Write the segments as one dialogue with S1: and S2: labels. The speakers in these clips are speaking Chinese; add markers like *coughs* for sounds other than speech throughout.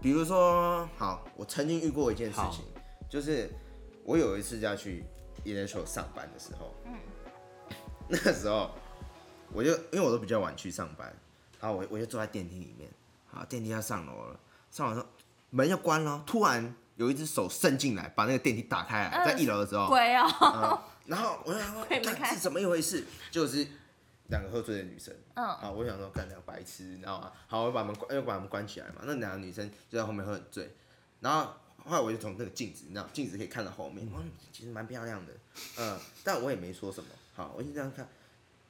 S1: 比如说，好，我曾经遇过一件事情，就是我有一次要去 electro 上班的时候，嗯， *laughs* 那时候我就因为我都比较晚去上班，好，我我就坐在电梯里面，好，电梯要上楼了，上楼说门要关了，突然有一只手伸进来，把那个电梯打开来，在一楼的时候，
S2: 鬼哦，
S1: 嗯然后我就想
S2: *laughs*
S1: 说，
S2: 鬼门
S1: 干
S2: 开
S1: 是怎么一回事？就是两个喝醉的女生，
S2: 嗯
S1: 啊，我想说干两个白痴，你知道吗？好，我就把门关，又把门关起来嘛。那两个女生就在后面喝很醉，然后后来我就从那个镜子，你知道，镜子可以看到后面，哇，其实蛮漂亮的，嗯，但我也没说什么。好，我就这样看，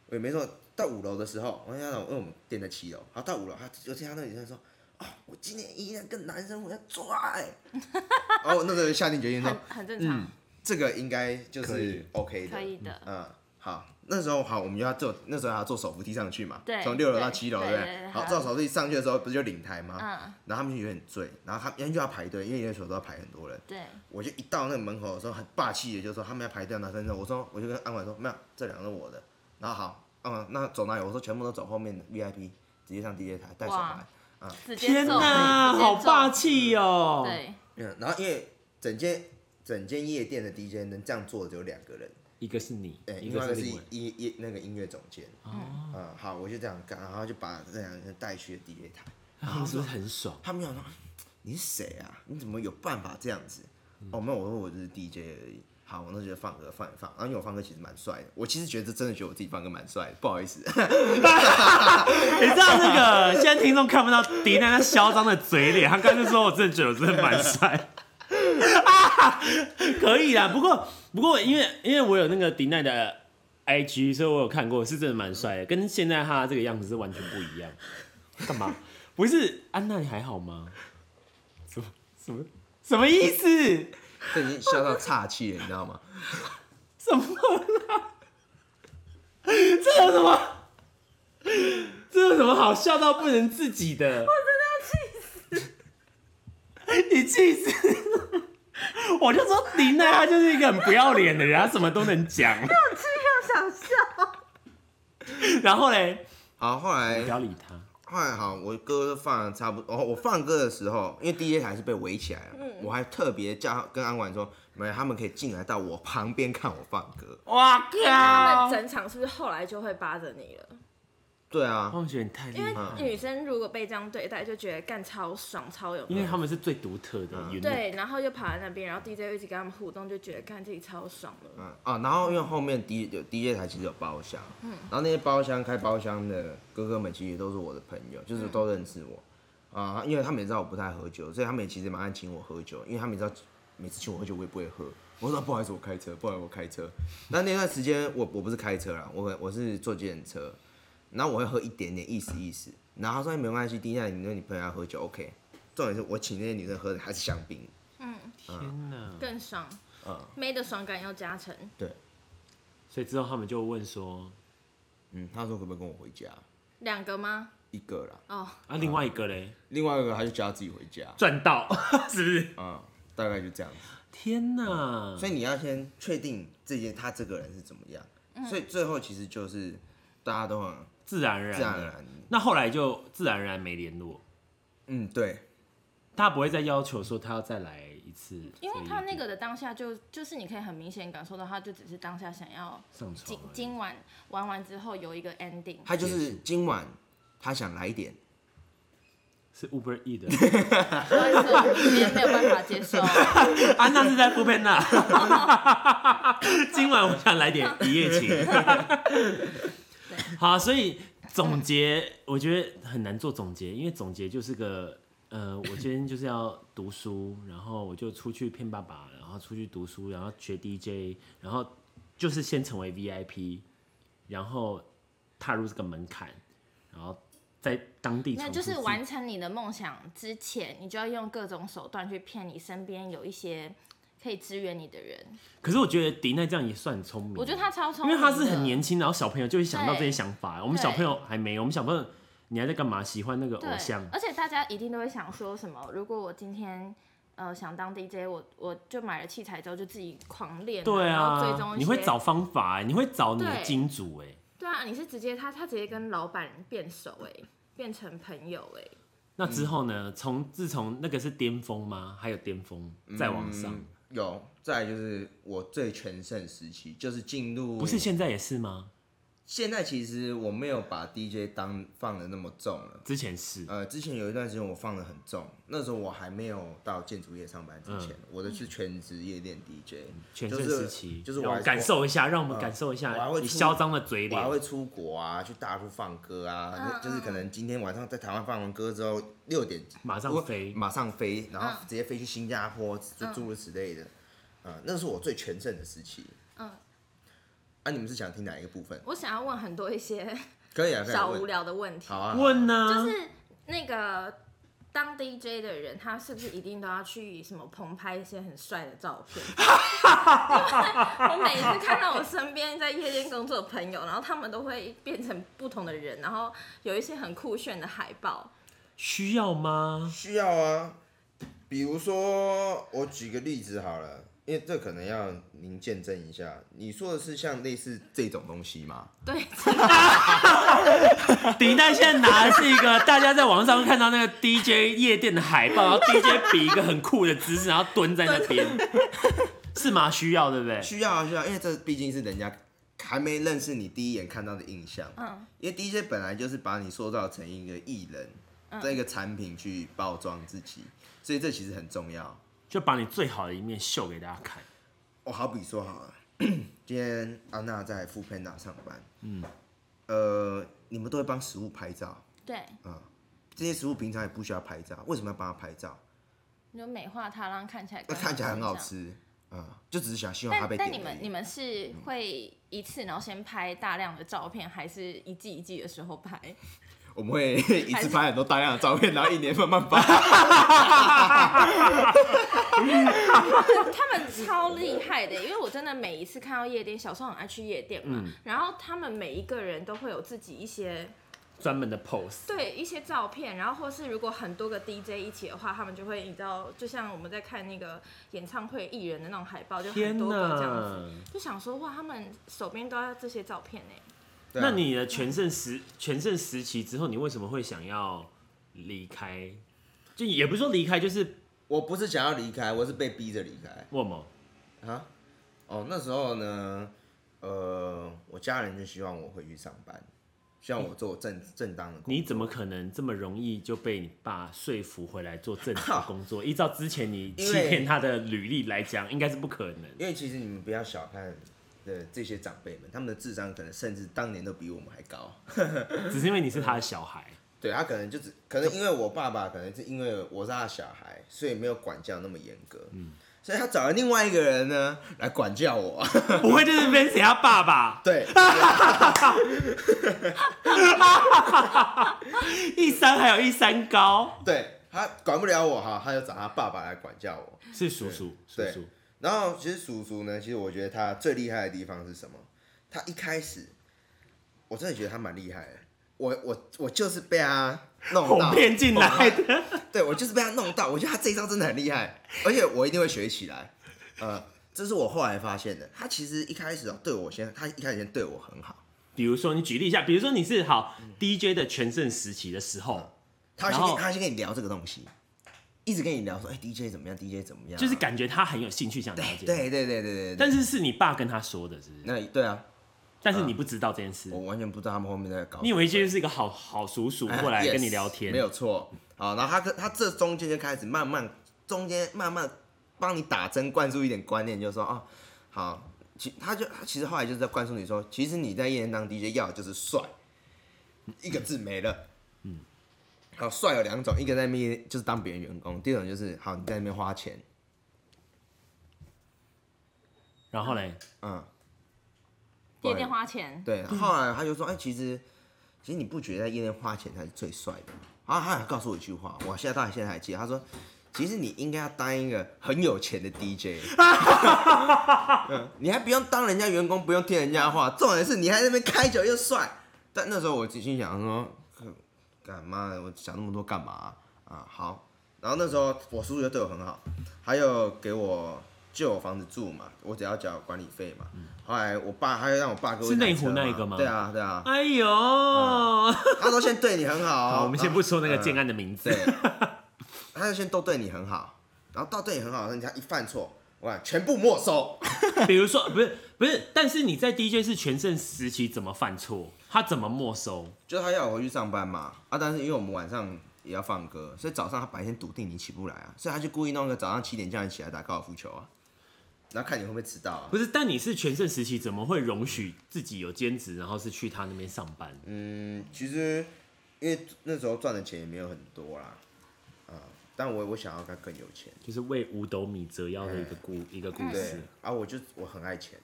S1: 我也没说。到五楼的时候，我就想，因为我们店在七楼，好，到五楼，他就听到那个女生说。哦，我今天一定要跟男生我要做 *laughs* 爱，然后欸哦我那时嗯候就下定决心说
S2: 很，很正常，
S1: 这个应该就
S3: 嗯可
S1: 是
S3: 以
S1: OK 的，
S2: 可以的。
S1: 嗯，好，那时候好，我们就要坐，那时候还要坐手扶梯上去嘛，
S2: 对
S1: 从六楼到七楼，
S2: 对
S1: 不
S2: 对对
S1: 对？好，
S2: 好
S1: 坐手扶梯上去的时候，不是就领台吗？
S2: 嗯，
S1: 然后他们就有点醉，然后他们因为就要排队，因为研究所都要排很多人。
S2: 对，
S1: 我就一到那个门口的时候，很霸气的就说他们要排队拿身份证，我说我就跟安管说没有，这两个是我的。然后好，嗯，那走哪里？我说全部都走后面的 VIP，直接上 DJ 台带手
S2: 哇
S1: 牌。
S2: 直接
S3: 天
S2: 揍，
S3: 哪，
S2: 直接
S3: 好
S2: 揍
S3: 霸，气哦！
S2: 对，
S1: 嗯，然后因为整间整间夜店的 DJ 能这样做的只有两个人，
S3: 一个是你
S1: 对，，
S3: 一
S1: 另外一个是
S3: 另
S1: 音
S3: 外
S1: 音那个音乐总监。
S3: 哦，
S1: 嗯，好，我就这样干，然后就把这两个人带去了 DJ 台。
S3: 然啊后是不是很爽？
S1: 他们想说你是谁啊？你怎么有办法这样子？哦，没有，我说我就是 DJ 而已。好，我那时候就放歌放一放，然后因为我放歌其实蛮帅的，我其实觉得真的觉得我自己放歌蛮帅的，不好意思。
S3: *laughs* 你知道那个现在听众看不到迪娜那嚣张的嘴脸，他刚才说我真的觉得我真的蛮帅。啊， *laughs* 可以啦，不过不过因为因为我有那个迪奈的 IG，所以我有看过，是真的蛮帅的，跟现在他这个样子是完全不一样。干嘛？不是安娜，你还好吗？什么什么什么意思？
S1: *laughs* 这已经笑到岔气了，你知道吗？
S3: 什么啦？这有什么？这有什么好笑到不能自己的？我真的
S2: *laughs*
S3: 要气死！你气死了！我就说林奈他就是一个很不要脸的人，他什么都能讲。
S2: 又想笑，
S3: 然后嘞，
S1: 好，后来
S3: 不要理他。
S1: 后来好，我歌都放的差不多。哦，我放歌的时候，因为 DJ 台是被围起来了，我还特别叫他跟安管说，没有，他们可以进来到我旁边看我放歌。
S3: 哇
S2: 啊那
S3: 靠！
S2: 整场是不是后来就会扒着你了？
S1: 对啊，
S3: 我觉得你太厉
S2: 因为
S3: 害，
S2: 女生如果被这样对待，就觉得干超爽、超有
S3: 因为
S2: 魅力。
S3: 他们是最独特的
S1: 嗯
S3: 云。
S2: 对，然后又跑在那边，然后 DJ 一直跟他们互动，就觉得干自己超爽了。
S1: 嗯啊，然后因为后面 D 有 DJ 台其实有包厢，然后那些包厢开包厢的哥哥们其实都是我的朋友，就是都认识我、啊，因为他们也知道我不太喝酒，所以他们也其实蛮爱请我喝酒，因为他们也知道每次请我喝酒我也不会喝，我说不好意思我开车，不好意思我开车。那那段时间我我不是开车啦，我我是坐计程车，然后我会喝一点点意思意思，然后他说没关系，第一下你跟你朋友要喝酒 OK，重点是我请那些女生喝的还是香槟，
S3: 天哪！
S2: 更爽，
S1: 嗯
S2: 妹的爽感要加成。
S3: 所以之后他们就问说，
S1: 嗯，他说可不可以跟我回家，
S2: 两个吗？
S1: 一个啦。
S2: 哦，
S3: 啊，另外一个嘞
S1: 另外一个他就叫他自己回家，
S3: 赚到， *laughs* 是不是？
S1: 嗯，大概就这样子。
S3: 天哪！
S1: 所以你要先确定这些他这个人是怎么样，所以最后其实就是大家都很
S3: 自然而然
S1: 自
S3: 的
S1: 然而然。
S3: 那后来就自然而然没联络，
S1: 嗯，对，
S3: 他不会再要求说他要再来一次，
S2: 因为他那
S3: 所以
S2: 个的当下就就是你可以很明显感受到，他就只是当下想要
S3: 上
S2: 今
S3: 床而已
S2: 今晚玩完之后有一个 ending。
S1: 他就是今晚他想来一点，
S3: 是 Uber E 的，
S2: 不好意思，我今天没有办法接受。
S3: 安啊娜是在 f 边 p *laughs* 今晚我想来点一夜情。好，所以总结我觉得很难做总结，因为总结就是个呃，我今天就是要读书，然后我就出去骗爸爸，然后出去读书，然后学 DJ，然后就是先成为 VIP，然后踏入这个门槛，然后在当地
S2: 那
S3: 闯
S2: 就
S3: 出
S2: 是
S3: 自
S2: 完成你的梦想之前，你就要用各种手段去骗你身边有一些可以支援你的人。
S3: 可是我觉得迪奈这样也算很聪明，
S2: 我觉得他超聪
S3: 因
S2: 明
S3: 为
S2: 的，
S3: 他是很年轻，然后小朋友就会想到这些
S2: 对
S3: 想法。我们小朋友还没有，我们小朋友你还在干嘛？喜欢那个
S2: 对
S3: 偶像，
S2: 而且大家一定都会想说什么？如果我今天呃想当 DJ，我我就买了器材之后就自己狂练啊，
S3: 对
S2: 然后追
S3: 啊
S2: 踪，一
S3: 你会
S2: 些
S3: 找方法、哎，你会找你的
S2: 对
S3: 金主、哎，
S2: 欸对啊，你是直接他他直接跟老板变熟哎、变成朋友哎、
S3: 那
S1: 嗯
S3: 之后呢？从自从那个是巅峰吗？还有巅峰再往上，
S1: 嗯有，再来就是我最全盛时期，就是进入
S3: 不是现在也是吗？
S1: 现在其实我没有把 DJ 当放的那么重了。
S3: 之前是
S1: 呃，之前有一段时间我放的很重，那时候我还没有到建筑业上班之前，我的是全职夜店 DJ，、
S3: 全
S1: 就
S3: 盛
S1: 是
S3: 时期，
S1: 就是我
S3: 让
S1: 还
S3: 我
S1: 是
S3: 感受一下，让我们
S1: 嗯
S3: 感受一
S1: 我还
S3: 下
S1: 会
S3: 你
S1: 出
S3: 嚣张的嘴
S1: 我还会
S3: 脸。
S1: 出国啊，去大陆放歌啊，
S2: 嗯
S1: 就是可能今天晚上在台湾放完歌之后，六点
S3: 马上
S1: 我
S3: 飞
S1: 马上飞，
S2: 嗯
S1: 然后直接飞去新加坡，就诸如此类的。啊、那是我最全盛的时期。
S2: 嗯，
S1: 啊，你们是想听哪一个部分？
S2: 我想要问很多一些 *laughs*
S1: 可以啊，可以啊
S2: 小
S1: 问
S2: 无聊的问题，
S1: 好啊，好啊
S3: 问呢？
S2: 就是那个当 DJ 的人，他是不是一定都要去什么棚拍一些很帅的照片？因为我每次看到我身边在夜店工作的朋友，然后他们都会变成不同的人，然后有一些很酷炫的海报。 *laughs*
S3: 需要吗？
S1: 需要啊。比如说，我举个例子好了，因为这可能要您见证一下。你说的是像类似这种东西吗？
S2: 对，
S3: 迪奈现在拿的是一个大家在网上看到那个 DJ 夜店的海报，然后 DJ 比一个很酷的姿势，然后蹲在那
S2: *laughs*
S3: 边，是吗？需要对不对？
S1: 需要啊，需要，因为这毕竟是人家还没认识你第一眼看到的印象。
S2: 嗯，
S1: 因为 DJ 本来就是把你塑造成一个艺人，
S2: 嗯
S1: 这、一个产品去包装自己，所以这其实很重要。
S3: 就把你最好的一面秀给大家看。
S1: 我、好比说好了， *clears throat* 今天安娜在富 p a 上班，嗯，呃，你们都会帮食物拍照，
S2: 对，
S1: 这些食物平常也不需要拍照，为什么要帮它拍照？
S2: 你就美化它，让它看起来
S1: 那
S2: 更
S1: 看起来很好
S2: 这样。
S1: 吃，嗯，就只是想希望它
S2: 啊但
S1: 被
S2: 但
S1: 点
S2: 你们
S1: 而已
S2: 你们是会一次然后先拍大量的照片，还是一季一季的时候拍？
S1: 我们会一次拍很多大量的照片，然后一年慢慢发。
S2: 他们超厉害的，因为我真的每一次看到夜店，小时候很爱去夜店嘛，
S3: 嗯
S2: 然后他们每一个人都会有自己一些
S3: 专门的 pose，
S2: 对一些照片，然后或是如果很多个 DJ 一起的话，他们就会你知道，就像我们在看那个演唱会艺人的那种海报，就很
S3: 天
S2: 多个这样
S3: 哪
S2: 子，！就想说哇，他们手边都要这些照片呢。
S1: 对啊
S3: 那你的全盛时全盛时期之后，你为什么会想要离开？就也不是说离开，就是
S1: 我不是想要离开，我是被逼着离开
S3: 我么？
S1: 啊。哦，那时候呢，呃，我家人就希望我回去上班，希望我做正正当的工作。
S3: 你怎么可能这么容易就被你爸说服回来做正常工作？依照之前你欺
S1: 因为
S3: 骗他的履历来讲，应该是不可能。
S1: 因为其实你们不要小看的这些长辈们，他们的智商可能甚至当年都比我们还高。
S3: 只是因为你是他的小孩，
S1: 对他可能就只可能因为我爸爸可能是因为我是他的小孩，所以没有管教那么严格。嗯，所以他找了另外一个人呢来管教我。
S3: *laughs*
S1: *laughs*
S3: 不会就是 v i n c 他爸爸
S1: 对，
S3: 一山还有一山高，
S1: 对他管不了我哈，他就找他爸爸来管教我。
S3: 是叔叔叔
S1: 对
S3: 叔，
S1: 然后其实叔叔呢，其实我觉得他最厉害的地方是什么？他一开始，我真的觉得他蛮厉害的。我我我就是被他弄到
S3: 哄骗进来的。
S1: *laughs* 对我就是被他弄到，我觉得他这一招真的很厉害，而且我一定会学起来。呃，这是我后来发现的。他其实一开始哦，对我先，他一开始先对我很好，
S3: 比如说，你举例一下，比如说你是好 DJ 的全盛时期的时候，
S1: 他先
S3: 然后
S1: 跟他先跟你聊这个东西，一直跟你聊说，哎、d j 怎么样，DJ 怎么样啊，
S3: 就是感觉他很有兴趣想了解。
S1: 对对对对对对。
S3: 但是是你爸跟他说的，是不是？
S1: 那对啊，
S3: 但是你不知道这件事
S1: 我，完全不知道他们后面在搞什么。
S3: 你以为就是一个好好叔叔过来跟你聊
S1: 哎 Yes，
S3: 天
S1: 没，有错。好，然后他跟他这中间就开始慢慢，中间慢慢帮你打针，灌输一点观念，就是说哦，好，其他就他其实后来就是在灌输你说，其实你在夜店当 DJ 要的就是帅，一个字没了。嗯，好，帅有两种，一个在那边就是当别人员工，第二种就是好你在那边花钱，
S3: 然后嘞，
S1: 嗯，
S2: 夜店花
S3: *laughs*
S2: 钱，
S1: 对，后来他就说，哎、其实其实你不觉得在夜店花钱才是最帅的吗？然后他还告诉我一句话，我现在到现在还记得，他说，其实你应该要当一个很有钱的 DJ，、嗯、你还不用当人家员工，不用听人家话，重点是你还在那边开酒又帅。但那时候我就心想说，哼干嘛？我想那么多干嘛啊？啊好，然后那时候我叔叔就对我很好，还有给我借我房子住嘛，我只要缴管理费嘛。后来我爸，还有让我爸给我
S3: 是
S1: 台
S3: 内湖
S1: 车
S3: 那
S1: 嘛
S3: 一个吗
S1: 对啊，对啊。
S3: 哎呦，
S1: 他都先对你很好哦、
S3: *laughs* 好，我们先不说那个建
S1: 案，
S3: 案的名字，
S1: 对， *laughs* 他就先都对你很好，然后到对你很好，人家一犯错，哇，全部没收，
S3: 比如说不是不是，但是你在 DJ 是全盛时期怎么犯错，他怎么没收？
S1: 就是他要我回去上班嘛，啊，但是因为我们晚上也要放歌，所以早上他白天笃定你起不来啊，所以他就故意弄个早上七点叫你起来打高尔夫球啊，然后看你会不会迟到啊。
S3: 不是，但你是全盛时期，怎么会容许自己有兼职，然后是去他那边上班？
S1: 嗯，其实因为那时候赚的钱也没有很多啦，啊、但我我想要他更有钱，
S3: 就是为五斗米折腰的一个故、一个故
S1: 对
S3: 事。，
S1: 啊，我就我很爱钱，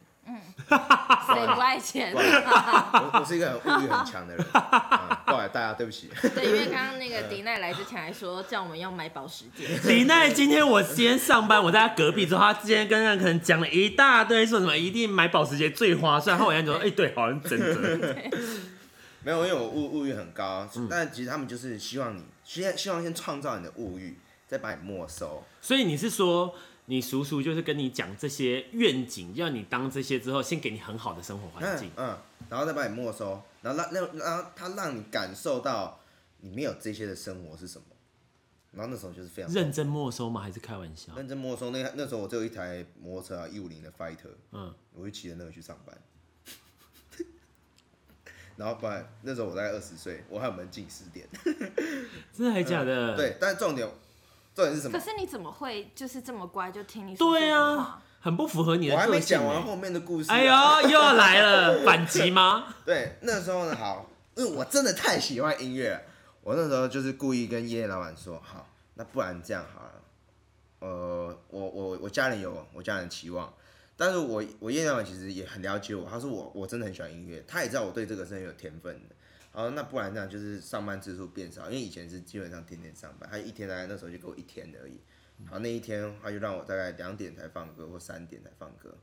S2: 谁不爱钱
S1: 不？好意思我我是一个很物欲很强的人，啊、不好意思大家对不起，
S2: 对，因为刚刚那个迪奈来之前还说叫我们要买保时
S1: 嗯
S2: 捷，
S3: 李奈今天我今天上班，我在他隔壁之后，他今天跟那个人讲了一大堆，说什么一定买保时捷最划算。后来就说，哎、对，好像真的。 *laughs*
S1: 没有，因为我物物欲很高，但其实他们就是希望你先希望先创造你的物欲，再把你没收，
S3: 所以你是说，你叔叔就是跟你讲这些愿景，要你当这些之后，先给你很好的生活环
S1: 嗯
S3: 境。
S1: 嗯，然后再把你没收，然后让让然后他让你感受到你没有这些的生活是什么，然后那时候就是非常
S3: 认真没收吗？还是开玩笑？
S1: 认真没收那那时候我只有一台摩托车啊，一五零的 Fighter，
S3: 嗯，
S1: 我就骑着那个去上班。 *laughs* 然后不然那时候我大概二十岁，我还有门禁十点。
S3: 真的还假的？，
S1: 对，但重点重点是什
S2: 可
S1: 么？
S2: 是你怎么会就是这么乖就听你叔叔
S3: 对
S2: 的
S3: 啊
S2: 话？，
S3: 很不符合你的
S1: 我还
S3: 个
S1: 没
S3: 性欸、
S1: 讲完后面的故事、啊
S3: 哎，呦，又要来了，反击 *laughs* 吗？
S1: 对，那时候呢，好，因为我真的太喜欢音乐了，我那时候就是故意跟夜店老板说，好，那不然这样好了，呃，我我我家人有我家人的期望，但是我我夜店老板其实也很了解我，他说我我真的很喜欢音乐，他也知道我对这个是很有天分的。好，那不然这样就是上班次数变少，因为以前是基本上天天上班，他一天大概那时候就给我一天而已。好，那一天他就让我大概两点才放歌或三点才放歌，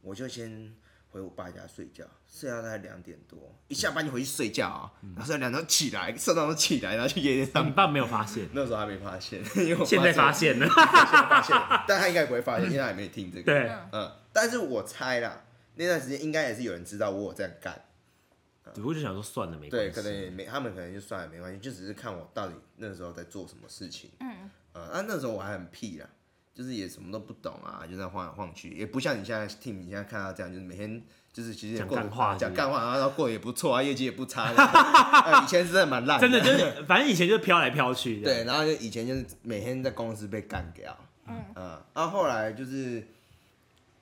S1: 我就先回我爸家睡觉，睡到大概两点多，一下班就回去睡觉啊、然后睡到两点多起来，社长都起来，然后去夜店上
S3: 你
S1: 班。 *laughs*
S3: 爸没有发现，
S1: 那时候还没发现，因为我爸
S3: 现在
S1: 说
S3: 发现了。
S1: 现在发
S3: *laughs*
S1: 现了，但他应该不会发现，因为他还没听这个。
S3: 对，
S1: 嗯，但是我猜啦，那段时间应该也是有人知道我有这样干，
S3: 只不过就想说算了，没关
S1: 对，
S3: 系。
S1: 可能也没，他们可能就算了，没关系，就只是看我到底那时候在做什么事情。嗯，呃，啊，那时候我还很屁啦，就是也什么都不懂啊，就在晃来晃去，也不像你现在听你现在看到这样，就是每天就是其实也
S3: 讲
S1: 过得
S3: 干话
S1: 讲
S3: 是不是
S1: 干话，然后过得也不错啊，业绩也不差，
S3: *laughs*
S1: 呃以前是真的蛮烂，
S3: 真的就是，反正以前就是飘来飘去的。
S1: 对，然后就以前就是每天在公司被干掉，嗯嗯，然后后来就是，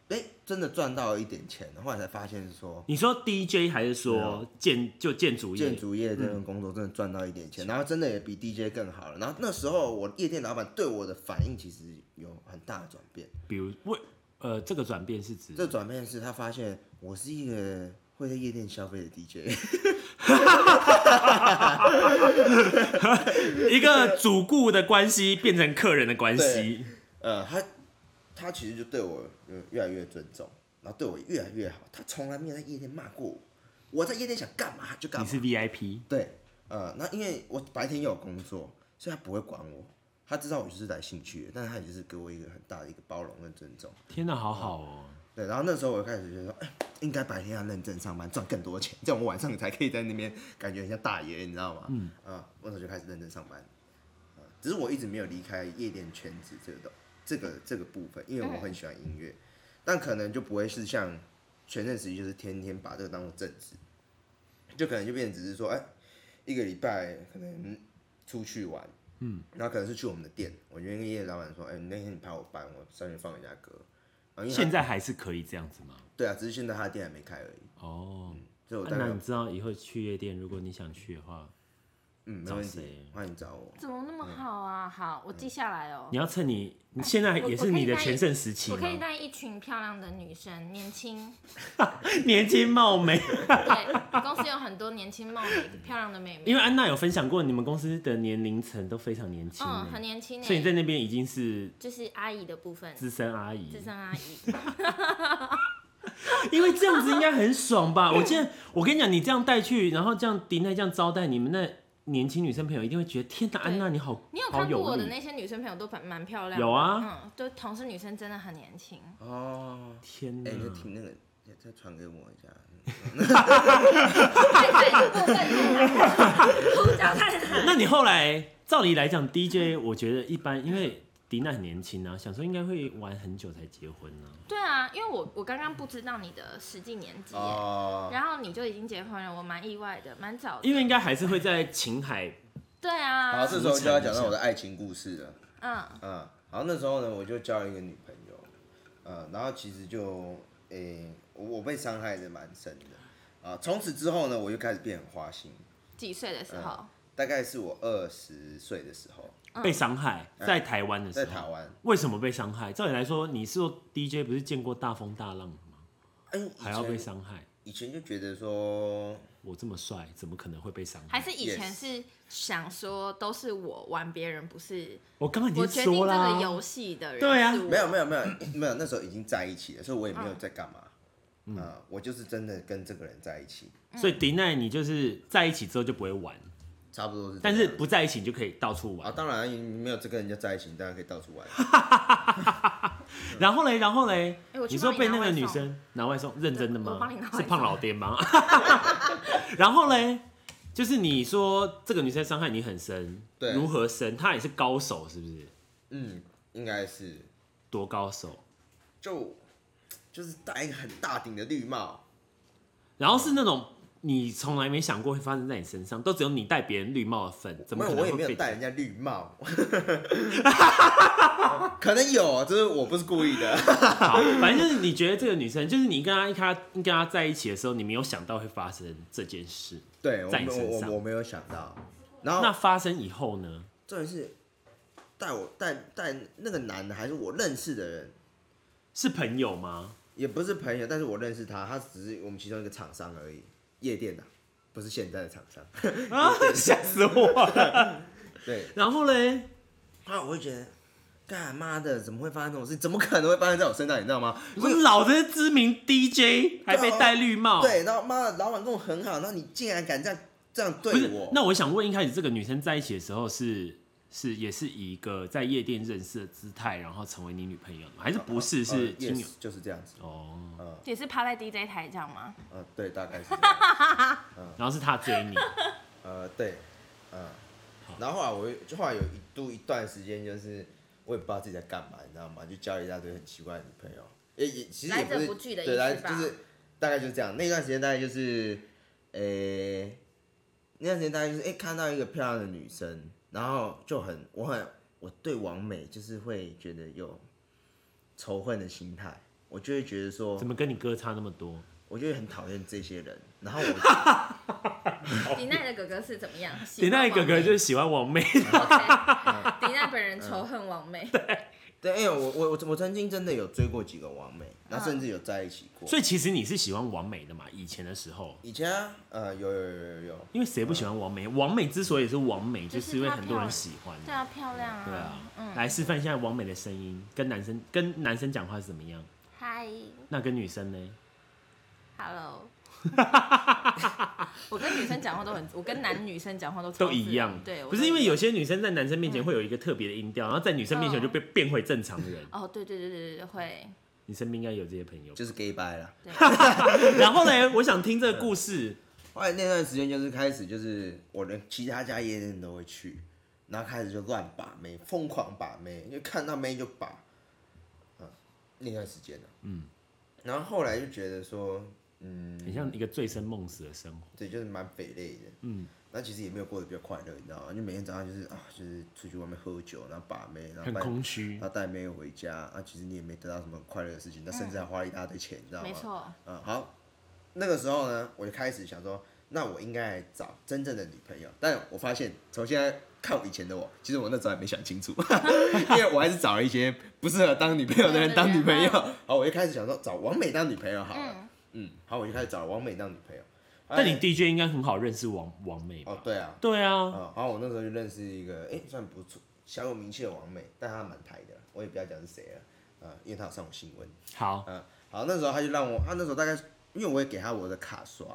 S1: 哎、真的赚到了一点钱，后来才发现说，
S3: 你说 DJ 还是说建就建筑业？
S1: 建筑业这份工作真的赚到一点钱，然后真的也比 DJ 更好了。然后那时候我夜店老板对我的反应其实有很大的转变，
S3: 比如为呃这个转变是指
S1: 这转变是他发现我是一个会在夜店消费的 DJ，
S3: 一个主顾的关系变成客人的关系，
S1: *laughs* 呃，他他其实就对我呃越来越尊重，然后对我越来越好，他从来没有在夜店骂过我，我在夜店想干嘛他就干
S3: 你
S1: 嘛
S3: 是。VIP，
S1: 对，呃，那因为我白天也有工作，所以他不会管我。他知道我就是来兴趣的，但是他也就是给我一个很大的一个包容跟尊重。
S3: 天哪，好好哦。
S1: 对，然后那时候我就开始觉得说，哎、应该白天要认真上班，赚更多钱，这样我晚上才可以在那边感觉很像大爷，你知道吗？嗯，啊、那时候就开始认真上班。啊只是我一直没有离开夜店圈子这个东这个这个部分，因为我很喜欢音乐，但可能就不会是像全盛时期，就是天天把这个当做正职，就可能就变成只是说，哎、一个礼拜可能出去玩，嗯，然后可能是去我们的店，我就跟夜店老板说，哎、那天你排我班，我上去放人家歌。啊因为他
S3: 现在还是可以这样子吗？
S1: 对啊，只是现在他的店还没开而已，
S3: 哦，
S1: 所以我
S3: 啊
S1: 嗯大概
S3: 那
S1: 有、
S3: 你知道以后去夜店，如果你想去的话，
S1: 嗯没
S3: 找
S1: 问
S3: 谁
S1: 题，欢迎找我。
S2: 怎么那么好
S3: 嗯
S2: 啊？好，我记下来哦
S3: 你。要趁你你现在也
S2: 我
S3: 是
S2: 我可以
S3: 你的
S2: 带
S3: 全盛时期
S2: 我
S3: 吗？
S2: 可以带一群漂亮的女生，年轻， *laughs*
S3: *laughs* 年轻貌美。
S2: 对，公司有很多年轻貌美、漂亮的妹妹，
S3: 因为安娜有分享过，你们公司的年龄层都非常年轻、欸
S2: 嗯，很年轻
S3: 所以你
S2: 诶，
S3: 在那边已经是
S2: 就是阿姨的部分，
S3: 资深阿姨，
S2: 资深阿姨，
S3: 因为这样子应该很爽
S2: *laughs*
S3: 吧？我现在我跟你讲，你这样带去，然后这样迪奈这样招待你们那年轻女生朋友，一定会觉得天哪，
S2: 对
S3: 安娜你好，
S2: 你有
S3: 好
S2: 看过我的
S3: 力
S2: 那些女生朋友都蛮蛮漂亮的，
S3: 有啊，
S2: 嗯，都
S3: *laughs*
S2: 同事女生真的很年轻， *laughs*
S1: 哦，
S3: 天
S2: 嗯
S1: 哎、
S3: 哪，
S1: 你就听那个，再传给我一下，
S2: 太太这部分胡椒太太，
S3: 那你后来，照理来讲，DJ 我觉得一般，因为迪娜很年轻啊，想说应该会玩很久才结婚呢、啊。
S2: 对啊，因为我我刚刚不知道你的实际年纪耶，
S1: 哦，
S2: 然后你就已经结婚了，我蛮意外的，蛮早的。
S3: 因为应该还是会在秦海，
S2: 对啊
S1: 好，，这时候就要讲到我的爱情故事了。
S2: 嗯，
S1: 嗯，然后那时候呢，我就交了一个女朋友，嗯，然后其实就，诶、我我被伤害的蛮深的，啊，从此之后呢，我就开始变很花心，
S2: 几岁的时候？
S1: 大概是我二十岁的时候，
S2: 嗯
S3: 被伤害，在台湾的时
S1: 在
S3: 候，
S1: 台湾，
S3: 为什么被伤害？照理来说，你是说 DJ 不是见过大风大浪吗？
S1: 哎、以
S3: 还要被
S1: 前
S3: 伤害？
S1: 以前就觉得说，
S3: 我这么帅，怎么可能会被伤
S2: 还
S3: 害？
S2: 是以前是想说都是我玩别人，不是
S3: 我刚刚已
S2: 我
S3: 经
S2: 决定
S3: 说
S2: 这
S3: 啦
S2: 个，游戏的人
S3: 对啊
S2: 是我
S1: 没有没有没 *coughs* 有没有，那时候已经在一起了，所以我也没有在干嘛，嗯、我就是真的跟这个人在一起，
S2: 嗯
S3: 所以迪奈你就是在一起之后就不会玩，
S1: 差不多是这样，
S3: 但是不在一起你就可以到处
S1: 啊，
S3: 玩。
S1: 当然你没有这跟人家在一起，你当然可以到处
S3: *laughs*
S1: 玩，
S3: 然后嘞，然后嘞
S2: 哎我，去
S3: 你说
S2: 帮你
S3: 被
S2: 拿
S3: 那个
S2: 外
S3: 女
S2: 送
S3: 生拿外送，认真的
S2: 我帮你拿
S3: 吗
S2: 外？送
S3: 是胖老爹吗？ *laughs* 然后嘞，就是你说这个女生伤害你很深，
S1: 对
S3: 如何深？她也是高手，是不是？
S1: 嗯，应该是，
S3: 多高手？
S1: 就就是戴一个很大顶的绿帽。
S3: 然后是那种你从来没想过会发生在你身上，都只有你戴别人绿帽的份，怎么
S1: 没有，
S3: 可
S1: 我也
S3: 能
S1: 没
S3: 会
S1: 有
S3: 被
S1: 戴人家绿帽，
S3: *laughs*
S1: 可能有，就是我不是故意的。
S3: *laughs* 好，反正就是你觉得这个女生，就是你跟她一开跟她在一起的时候，你没有想到会发生这件事。
S1: 对，我
S3: 在你
S1: 没有
S3: 身
S1: 我
S3: 上
S1: 我我没有想到。然后
S3: 那发生以后呢？
S1: 重点是带我带带那个男的还是我认识的人，
S3: 是朋友吗？
S1: 也不是朋友，但是我认识他，他只是我们其中一个厂商而已，夜店的、不是现在的厂 *laughs* 商。
S3: 啊，吓死我了！
S1: 对，
S3: 然后嘞，
S1: 那我会觉得，干妈的怎么会发生这种事？怎么可能会发生在我身上？你知道吗？
S3: 你说老子是知名 DJ，还被戴绿帽，
S1: 对，啊然后妈的老板跟我很好，然后你竟然敢这样这样
S3: 不
S1: 对
S3: 是
S1: 我？？
S3: 那我想问，一开始这个女生在一起的时候是是也是以一个在夜店认识的姿态，然后成为你女朋友的吗？还是不是？是
S1: 也
S3: 亲友？
S1: 哦就是这样子。
S3: 哦，
S2: 也是趴在 DJ 台这样吗？
S1: 呃，对，大概是这样。
S3: 然后是她追
S2: *laughs*
S3: 你，
S1: 呃，对，嗯、然后后来我就后来有一度一段时间，就是我也不知道自己在干嘛，你知道吗？就交了一大堆很奇怪的女朋友，也也其实也
S2: 来
S1: 不
S2: 者
S1: 是
S2: 不拒的
S1: 对，
S2: 意思
S1: 来
S2: 吧
S1: 就是大概就是这样。那段时间大概就是，呃、那段时间大概就是哎、看到一个漂亮的女生，然后就很我很我对王美就是会觉得有仇恨的心态，我就会觉得说
S3: 怎，么跟你哥差那么多？
S1: 我就会很讨厌这些人，然
S3: *laughs*
S1: 后我哦
S2: 迪奈的哥哥是怎么样？
S3: 你那哥哥就是是喜欢王
S1: *laughs*
S3: 妹，
S2: 迪奈本人仇恨王妹，
S1: 对，哎、我我我我曾经真的有追过几个王美，然后甚至有在一起过。
S3: *laughs* 所以其实你是喜欢王美的嘛？以前的时候，
S1: 以前啊，呃，有有有有有，
S3: 因为谁不喜欢王美？王美之所以是王美，
S2: 嗯就是
S3: 就是因为很多人喜欢。
S2: 对啊，漂亮
S3: 对
S2: 啊
S3: 啊，，来示范一下王美的声音，跟男生跟男生讲话是怎么样？
S2: 嗨
S3: 那跟女生呢？
S2: 哦
S3: *laughs*
S2: ，hello。我跟女生讲话都很，我跟男女生讲话都超
S3: 都一样，
S2: 对，我
S3: 不
S2: 都
S3: 是
S2: 一
S3: 因为
S2: 样
S3: 有些女生在男生面前会有一个特别的音调，然后在女生面前
S2: 嗯
S3: 就被变回正常人。
S2: 哦，对对对对对，会，
S3: 你身边应该有这些
S2: *laughs*
S3: 朋友。
S1: 就是 gay bye 啦。
S2: 对，
S3: 然后呢，我想听这个故事，
S1: 后来那段时间就是开始，就是我连其他家夜店都会去，然后开始就乱把妹，疯狂把妹，就看到妹就把。嗯，那段时间呢、嗯，然后后来就觉得说，
S3: 嗯很像一个醉生梦死的生活。
S1: 对，就是蛮匪类的，嗯，那其实也没有过得比较快乐，你知道吗？就每天早上就是啊，就是出去外面喝酒，然后把妹，然后
S3: 很
S1: 带
S3: 空虚
S2: 嗯
S1: 然后带妹回家啊，其实你也没得到什么快乐的事情，那甚至还花了一大堆钱，你知道吗？
S2: 没错，
S1: 嗯，好，那个时候呢，我就开始想说，那我应该来找真正的女朋友。但我发现，从现在看我以前的我，其实我那时候还没想清楚， *laughs* 因为我还是找了一些不适合当女朋友的人当女朋友。好，我就开始想说，找王美当女朋友好了。嗯好，我就开始找王美当女朋友。
S3: 但你
S1: 哎
S3: DJ 应该很好认识王王美吧？
S1: 哦，对啊，
S3: 对啊，
S1: 嗯，然后我那时候就认识一个，哎、算不错，小有名气的王美，但她蛮台的，我也不要讲是谁了，呃，因为她有上我新闻。
S3: 好，
S1: 嗯，好，那时候他就让我，他那时候大概，因为我也给他我的卡刷，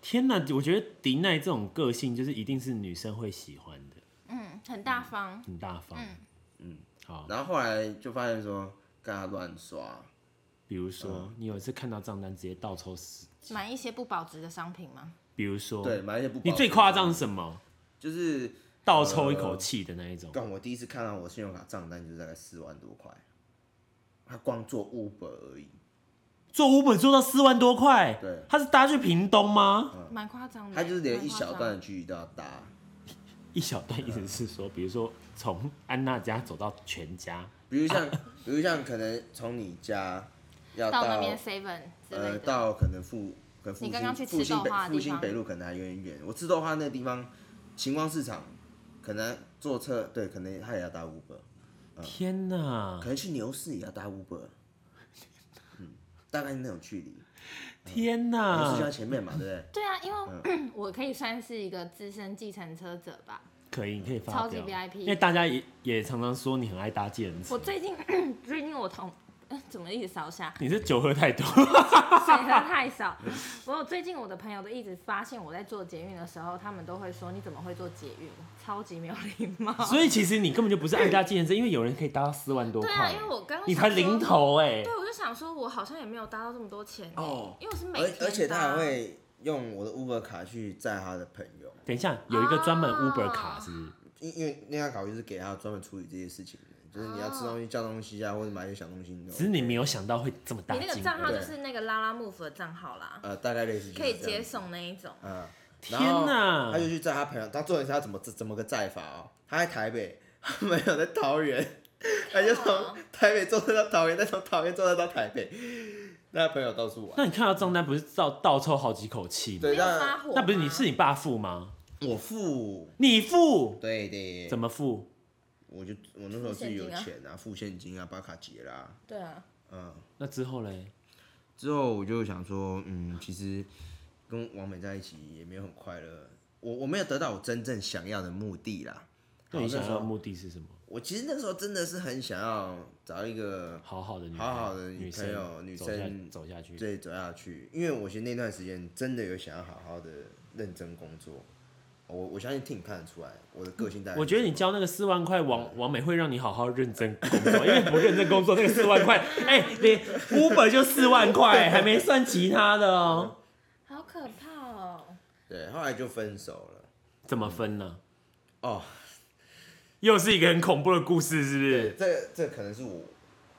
S3: 天哪，我觉得迪奈这种个性就是一定是女生会喜欢的，
S2: 嗯，很大方，
S3: 很大方。嗯好，
S1: 然后后来就发现说跟他乱刷，嗯
S3: 比如说你有一次看到账单直接倒抽十己。
S2: 买一些不保值的商品吗？
S3: 比如说，
S1: 对，呃买一些不保值
S3: 你
S1: 的
S3: 最夸张是什么？
S1: 就是
S3: 倒抽一口气的那一种。
S1: 干，我第一次看到我信用卡账单就是大概四万多块，他光做 Uber 而已，
S3: 做 Uber 做到四万多块，
S1: 对嗯
S3: 他是搭去屏东吗？
S2: 蛮夸张的，
S1: 他就是连一
S2: 蛮嗯夸
S1: 小
S2: 张
S1: 段的距离都要搭，
S3: 一小段意思是
S1: 嗯
S3: 说，比如说从安娜家走到全家，
S1: 比如像，比如像可能从你家要
S2: 到
S1: 到
S2: 那边 seven 之类
S1: 呃
S2: 的，
S1: 到可能附可能复
S2: 你刚刚去
S1: 兴
S2: 吃
S1: 复兴
S2: 豆
S1: 北
S2: 花的
S1: 复
S2: 地
S1: 兴
S2: 方
S1: 北路可能还有点远，我吃豆花那个地方，晴光市场可能坐车对，可能他也要搭 Uber，
S3: 天哪
S1: 嗯可，能去牛市也要搭 Uber，嗯，
S3: *laughs*
S1: 大概是那种距离，
S3: 天
S1: 牛市就
S3: 哪
S1: 在，前面嘛，对不对？
S2: 对啊，因为、
S1: 嗯
S2: *clears throat* 我可以算是一个资深计程车者吧。
S3: 可以，你可以发
S2: 超级
S3: 表
S2: VIP
S3: 因为大家也也常常说你很爱搭计程车，
S2: 我最近 *clears throat* 最近我同、 *laughs* 呃怎么一直烧
S1: *laughs*
S2: 瞎，
S3: 你是酒喝太多，
S2: 水喝太少。我最近我的朋友都一直发现我在做捷运的时候，他们都会说你怎么会做捷运，超级没有礼
S1: *laughs*
S2: 貌。
S3: 所以其实你根本就不是爱搭计程车，因为有人可以搭到四万多
S2: 对
S3: 块，
S2: 啊，因为我刚刚
S3: 你才
S2: 想说
S3: 零，头哎、
S2: 对，我啊就想说我好像也没有搭到这么多钱
S1: 哦
S2: 因为我是每天搭
S1: 而而且他还会用我的 Uber 卡去载他的朋友，
S3: 等一下，有一个专门
S2: 啊
S3: Uber 卡是不是？
S1: 因因为那张卡就是给他专门处理这些事情的，就是你要吃东西、叫东西啊，或者买一些小东西那
S3: 只是
S1: 种，
S3: 你没有想到会这么大
S2: 你
S3: 金额。
S2: 那个账号就
S1: 对
S2: 是那个拉拉木夫的账号啦，
S1: 呃，大概类似就是
S2: 可以
S1: 这样
S2: 接送那一种。
S1: 啊！
S3: 天
S1: 然后
S3: 哪
S1: 他就去载他朋友，他重点是他怎么怎么个载法哦？他在台北，他没有在桃园，他就从台北坐车到桃园，再从桃园坐车到台北。那朋友到处玩，
S3: 那你看到账单不是倒倒抽好几口气吗？
S1: 对，
S2: 没有发
S1: 那
S2: 火吗，
S3: 那不是你是你爸付吗？
S1: 我付，
S3: 你付
S1: 对的，
S3: 怎么付？
S1: 我就我那时候自己有
S2: 付现
S1: 钱啊，付现金啊，把卡结啦、
S2: 对啊，
S1: 嗯。
S3: 那之后嘞？
S1: 之后我就想说，嗯，其实跟王美在一起也没有很快乐，我我没有得到我真正想要的目的啦。
S3: 那你
S1: 好
S3: 想
S1: 时
S3: 要的
S1: 候，
S3: 目的是什么？
S1: 我其实那时候真的是很想要找一个
S3: 好好的女
S1: 好好的
S3: 女
S1: 女
S3: 生
S1: 朋友女
S3: 走下
S1: 生
S3: 走下去，
S1: 对走下去，因为我其实那段时间真的有想要好好的认真工作，我我相信听你看得出来，我的个性大概
S3: 我觉得你
S1: 是这样
S3: 交那个四万块王王美会让你好好认真工作，因为不认真工作那个四万 *laughs* 块，哎、连 Uber 就四万 *laughs* 块，还没算其他的哦。
S2: 好可怕哦。
S1: 对，后来就分手了。
S3: 怎么分呢？
S1: 哦，
S3: 又是一个很恐怖的故事，是不
S1: 对，
S3: 是？
S1: 这个这个可能是我，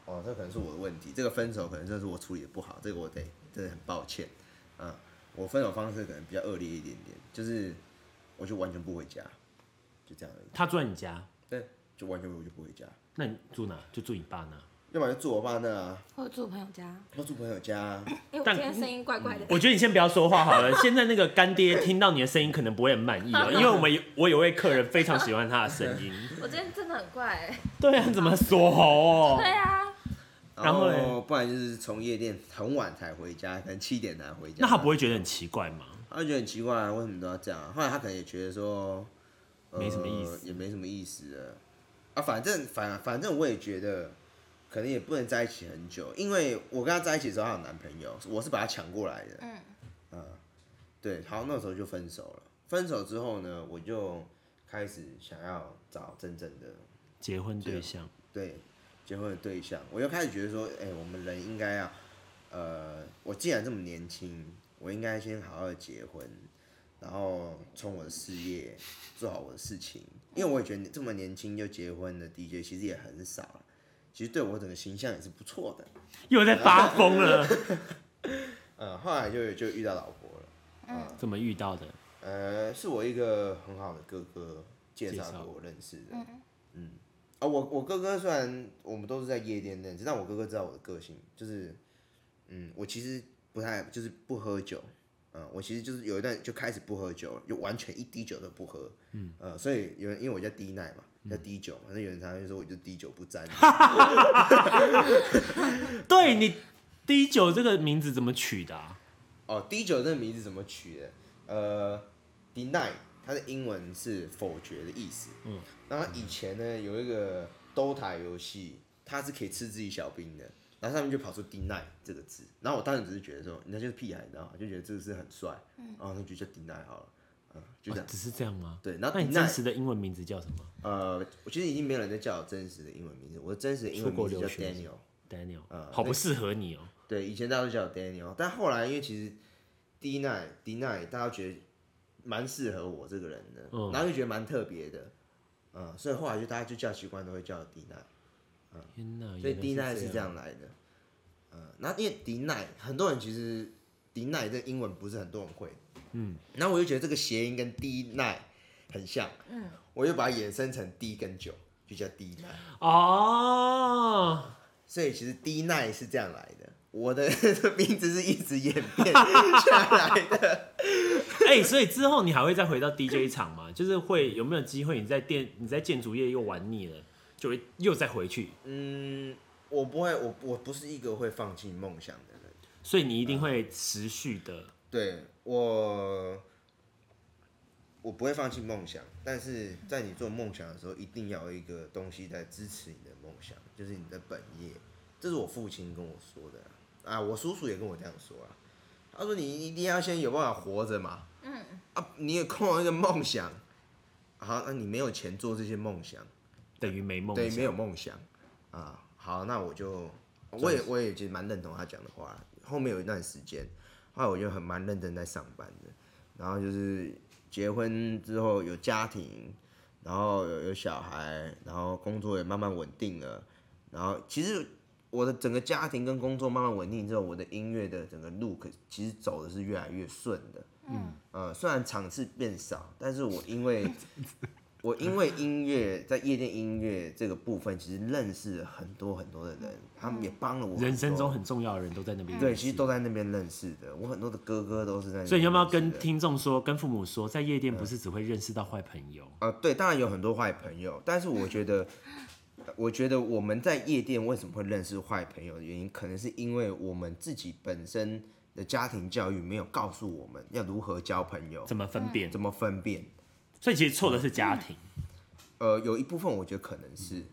S1: 哦，这个可能是我的问题，这个分手可能真的是我处理的不好，这个我得真的很抱歉，嗯，我分手方式可能比较恶劣一点点，就是我就完全不回家，就这样而已，
S3: 他住在你家，
S1: 对，就完全我就不回家，
S3: 那你住哪？就住你爸那。
S1: 要不然就住我爸那啊，
S2: 或者住朋友家，
S1: 要住朋友家、啊，
S2: 哎、我
S3: 但嗯
S2: 今天声音怪怪的。
S3: 我觉得你先不要说话好了。现在那个干爹听到你的声音可能不会很满意哦、 *laughs* 因为我们有我有位客人非常喜欢他的声音。
S2: 我今天真的很怪、欸。
S3: 对啊，怎么锁喉哦
S2: 对？啊，
S3: 然后嘞
S1: 哦不然就是从夜店很晚才回家，可能七点才回家，
S3: 那他不会觉得很奇怪吗？
S1: 他就觉得很奇怪、啊，为什么都要这样啊、后来他可能也觉得说，呃
S3: 没什么意思
S1: 也没什么意思了。啊，反正反反正我也觉得，可能也不能在一起很久，因为我跟他在一起的时候，她有男朋友，我是把他抢过来的。嗯，对，好，那时候就分手了。分手之后呢，我就开始想要找真正的
S3: 结婚对象，
S1: 对结婚的对象，我就开始觉得说，哎、我们人应该要，呃，我既然这么年轻，我应该先好好的结婚，然后冲我的事业，做好我的事情，因为我也觉得你这么年轻就结婚的 DJ 其实也很少了，其实对我整个形象也是不错的。
S3: 又在发疯了。
S1: 嗯，后来就就遇到老婆了，
S3: 怎么遇到的？
S1: 呃，是我一个很好的哥哥介
S3: 介
S1: 绍
S3: 绍
S1: 给我认识的，嗯。啊，我我哥哥虽然我们都是在夜店认识，但我哥哥知道我的个性，就是，嗯，我其实不太就是不喝酒，嗯，我其实就是有一段就开始不喝酒了，就完全一滴酒都不喝，嗯，呃，所以有人因为我叫滴奶嘛，叫滴酒嘛，那有人常常就说我就滴酒不 *laughs* 沾，
S3: 对你滴酒这个名字怎么取的、啊？
S1: 哦，滴酒这个名字怎么取的？呃，deny 它的英文是否决的意思。嗯，然后以前呢有一个 DOTA 游戏，它是可以吃自己小兵的，然后上面就跑出 deny 这个字，然后我当时只是觉得说，那就是屁孩，你知道吗？就觉得这个字很帅，然后那就叫 deny 好了，嗯，就这样。
S3: 哦只是这样吗？
S1: 对，然后
S3: 那你真
S1: deny
S3: 实的英文名字叫什么
S1: 呃，我其实已经没有人在叫我真实的英文名字，我的真实的英文
S3: 出国
S1: 名字叫
S3: 留学
S1: Daniel。
S3: ？Daniel，、
S1: 呃
S3: 好不适合你哦、
S1: 对，以前大家都叫我 Daniel，但后来因为其实 D Nine D Nine，大家觉得蛮适合我这个人的，
S3: 嗯
S1: 然后就觉得蛮特别的，嗯，所以后来就大家就叫习惯都会叫 D Nine，
S3: 天哪，
S1: 所以
S3: 原来
S1: D Nine 是
S3: 这
S1: 这样来的，嗯，那因为 D Nine 很多人其实 D Nine 这英文不是很多人会，嗯，然后我就觉得这个谐音跟 D Nine 很像，嗯，我就把它衍生成 D 跟九，就叫 D Nine。
S3: 哦。 *laughs*
S1: 所以其实 D nine 是这样来的，我的 *laughs* 名字是一直演变下来的。 *laughs*
S3: 哎、所以之后你还会再回到 DJ 场吗？就是会有没有机会你在电你在建筑业又玩腻了，就会又再回去？
S1: 嗯，我不会，我我不是一个会放弃梦想的人。
S3: 所以你一定会持续的。
S1: 对我，我不会放弃梦想，但是在你做梦想的时候，一定要有一个东西在支持你的梦想，就是你的本业。这是我父亲跟我说的啊，啊我叔叔也跟我这样说啊。他说：“你一定要先有办法活着嘛，嗯，啊，你也空有一个梦想，好，那你没有钱做这些梦想，
S3: 等于没梦
S1: 对，
S3: 想
S1: 没有梦想啊。好，那我就，我也我也其实蛮认同他讲的话。后面有一段时间，后来我就很蛮认真在上班的，然后就是结婚之后有家庭，然后有有小孩，然后工作也慢慢稳定了，然后其实。我的整个家庭跟工作慢慢稳定之后，我的音乐的整个路可其实走的是越来越顺的。嗯，呃，虽然场次变少，但是
S3: *laughs*
S1: 我因为我因为音乐在夜店音乐这个部分，其实认识了很多很多的人，他们也帮了我很多
S3: 人生中很重要的人都在那边。
S1: 对，其实都。在那边认识的。我很多的哥哥都是在那边认识的，嗯
S3: 所以你要不要跟听众说，跟父母说，在夜店不是只会认识到坏朋友？
S1: 啊、对，当然有很多坏朋友，但是我觉得，呃我觉得我们在夜店为什么会认识坏朋友的原因，可能是因为我们自己本身的家庭教育没有告诉我们要如何交朋友，
S3: 怎么分辨？
S1: 怎么分辨。
S3: 所以其实错的是家庭。
S1: 呃，有一部分我觉得可能是，
S3: 嗯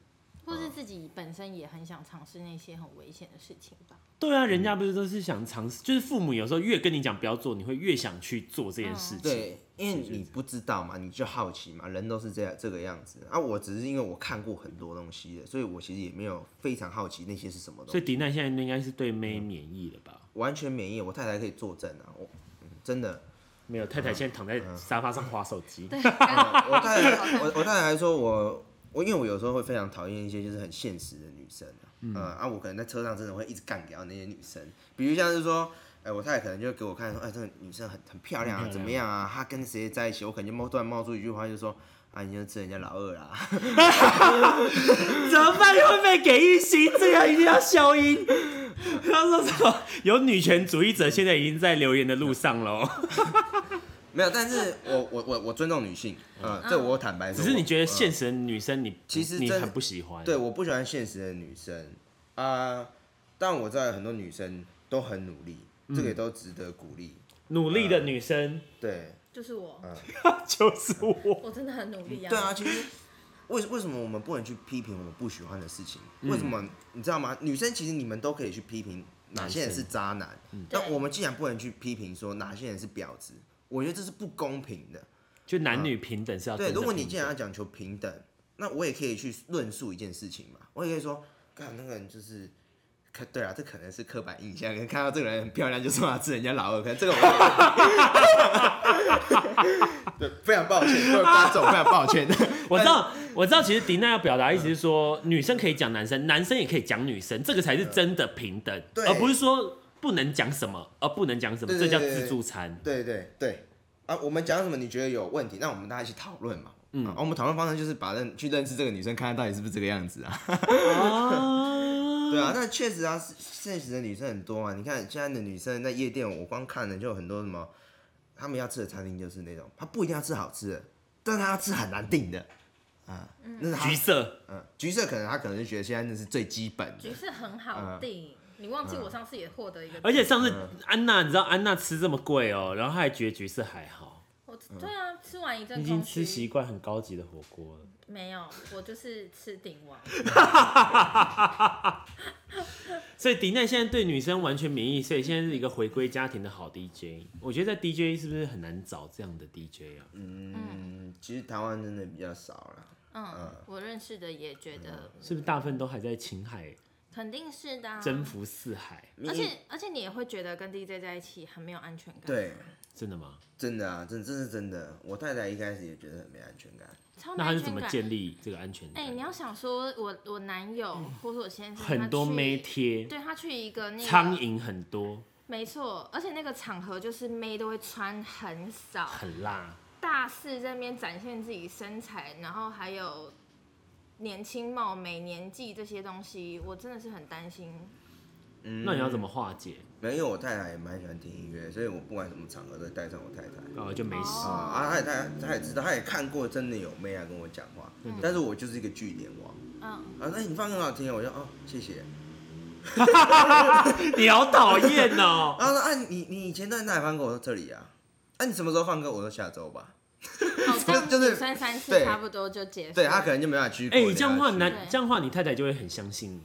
S2: 或是自己本身也很想尝试那些很危险的事情吧。
S3: 对啊，人家不是都是想尝试，就是父母有时候越跟你讲不要做，你会越想去做这件事
S1: 嗯
S3: 情。
S1: 对，因为你不知道嘛，你就好奇嘛，人都是这样这个样子啊。我只是因为我看过很多东西了，所以我其实也没有非常好奇那些是什么东
S3: 所
S1: 西
S3: 以，迪奈现在应该是对妹免疫了吧？
S1: 完全免疫。我太太可以作证啊，我、嗯、真的，
S3: 没有，太太现在躺在沙发上划手机。
S1: 嗯我太太，我我太太还说我，我因为我有时候会非常讨厌一些就是很现实的女生啊，嗯、啊，我可能在车上真的会一直干掉那些女生，比如像是说。哎、我太太可能就给我看说，哎、这个女生很很漂亮啊，怎么样啊？她跟谁在一起？我可能就冒突然冒出一句话，就说，啊，你就吃人家老二啦。
S3: *laughs*
S1: *laughs*
S3: 怎么办？你会被给一星，这个一定要消音。 *laughs* 他说什么？有女权主义者现在已经在留言的路上哦喽。
S1: 没有，但是我我我我尊重女性，嗯，这我坦白
S3: *laughs* 只
S1: 说，
S3: 是你觉得
S1: 我
S3: 现实的女生你，
S1: 其实
S3: 你
S1: 真
S3: 很不喜欢。
S1: 嗯对，我不喜欢现实的女生啊，但我知道很多女生都很努力，这个也都值得鼓励。
S3: 努力的女生
S1: 对，
S2: 就是我，
S3: *laughs* 嗯就是我。
S2: 我真的很努力啊。
S1: 对啊，其实为为什么我们不能去批评我们不喜欢的事情？为什
S3: 嗯
S1: 么你知道吗？女生其实你们都可以去批评哪些人是渣男，但
S2: 对
S1: 我们既然不能去批评说哪些人是婊子，我觉得这是不公平的。
S3: 就男女平等是要
S1: 对，
S3: 真的
S1: 如果你
S3: 平
S1: 既然要讲求平等，那我也可以去论述一件事情嘛，我也可以说，看那个人就是。可对啊，这可能是刻板印象，可能看到这个人很漂亮就说他是人家老二，可能这个我 *laughs* 对非常抱歉，各位观众非常抱歉。
S3: 我知道，我知道，其实迪娜要表达的意思是说，女生可以讲男生，男生也可以讲女生，这个才是真的平等，
S1: 对
S3: 而不是说不能讲什么，而不能讲什么，
S1: 对
S3: 这
S1: 对
S3: 叫
S1: 对
S3: 自
S1: 对
S3: 助餐。
S1: 对对对，啊，我们讲什么你觉得有问题，那我们大家一起讨论嘛。嗯、啊，我们讨论方式就是把认去认识这个女生，看她到底是不是这个样子
S3: *laughs*
S1: 啊。
S3: 啊，
S1: 对啊，那确实啊，是现实的女生很多啊。你看现在的女生在夜店，我光看了就有很多什么，他们要吃的餐厅就是那种，她不一定要吃好吃的，但她要吃很难定的啊。那是她
S3: 橘色，
S1: 嗯，橘色可能她可能就觉得现在那是最基本的
S2: 局。势很好定，你忘记我上次也获得一个，
S3: 嗯而且上次
S1: 嗯
S3: 安娜，你知道安娜吃这么贵哦、然后她还觉得橘色还好，
S2: 我对啊，吃完一阵
S3: 嗯已经
S2: 空
S3: 吃习
S2: 虚，
S3: 惯很高级的火锅了。
S2: 没有，我就是吃鼎王，
S3: 所以迪奈现在对女生完全免疫，所以现在是一个回归家庭的好 DJ。我觉得在 DJ 是不是很难找这样的 DJ 啊？
S1: 嗯，其实台湾真的比较少了。
S2: *laughs* 嗯
S3: 嗯
S2: 嗯，我认识的也觉得
S3: 是不是大部分都还在情海
S2: 肯定是的、啊。
S3: 征服四海，
S1: 因为
S2: 而且而且你也会觉得跟 DJ 在一起很没有安全感，
S1: 对，
S3: 真的吗？
S1: 真的啊，真这是真的。我太太一开始也觉得很没安全感，
S2: 超没
S3: 那他
S2: 安
S3: 是怎
S2: 全
S3: 么
S2: 感。
S3: 建立这个安全
S2: 哎、
S3: 感？
S2: 你要想说我我男友或者我先生，他
S3: 嗯很多
S2: 去
S3: 妹贴，
S2: 对他去一个那个
S3: 苍蝇很多，
S2: 没错，而且那个场合就是妹都会穿很少，
S3: 很辣，
S2: 大肆在那边展现自己身材，然后还有年轻貌美、年纪这些东西，我真的是很担心。
S1: 嗯，
S3: 那你要怎么化解？
S1: 没有？因为我太太也蛮喜欢听音乐，所以我不管什么场合都带上我太太。
S3: 哦，就没事
S1: 啊，啊，她也她她也知道，她也看过真的有妹来跟我讲话，
S3: 嗯
S1: 但是我就是一个据点王
S2: 嗯，
S1: *laughs* 啊。那你放很好听，我就哦谢谢。
S3: *laughs* 你好讨厌
S1: *laughs*
S3: 哦。
S1: 然后说啊你你以前在哪里放歌？我说这里啊。啊你什么时候放歌？我说下周吧。
S2: 好，这样
S1: 就是
S2: 女生三次
S1: 对
S2: 差不多就结束。
S1: 对她可能就没办法去。
S3: 啊哎、这样的话，
S1: 去
S3: 男
S2: 对
S3: 这样的话，你太太就会很相信你。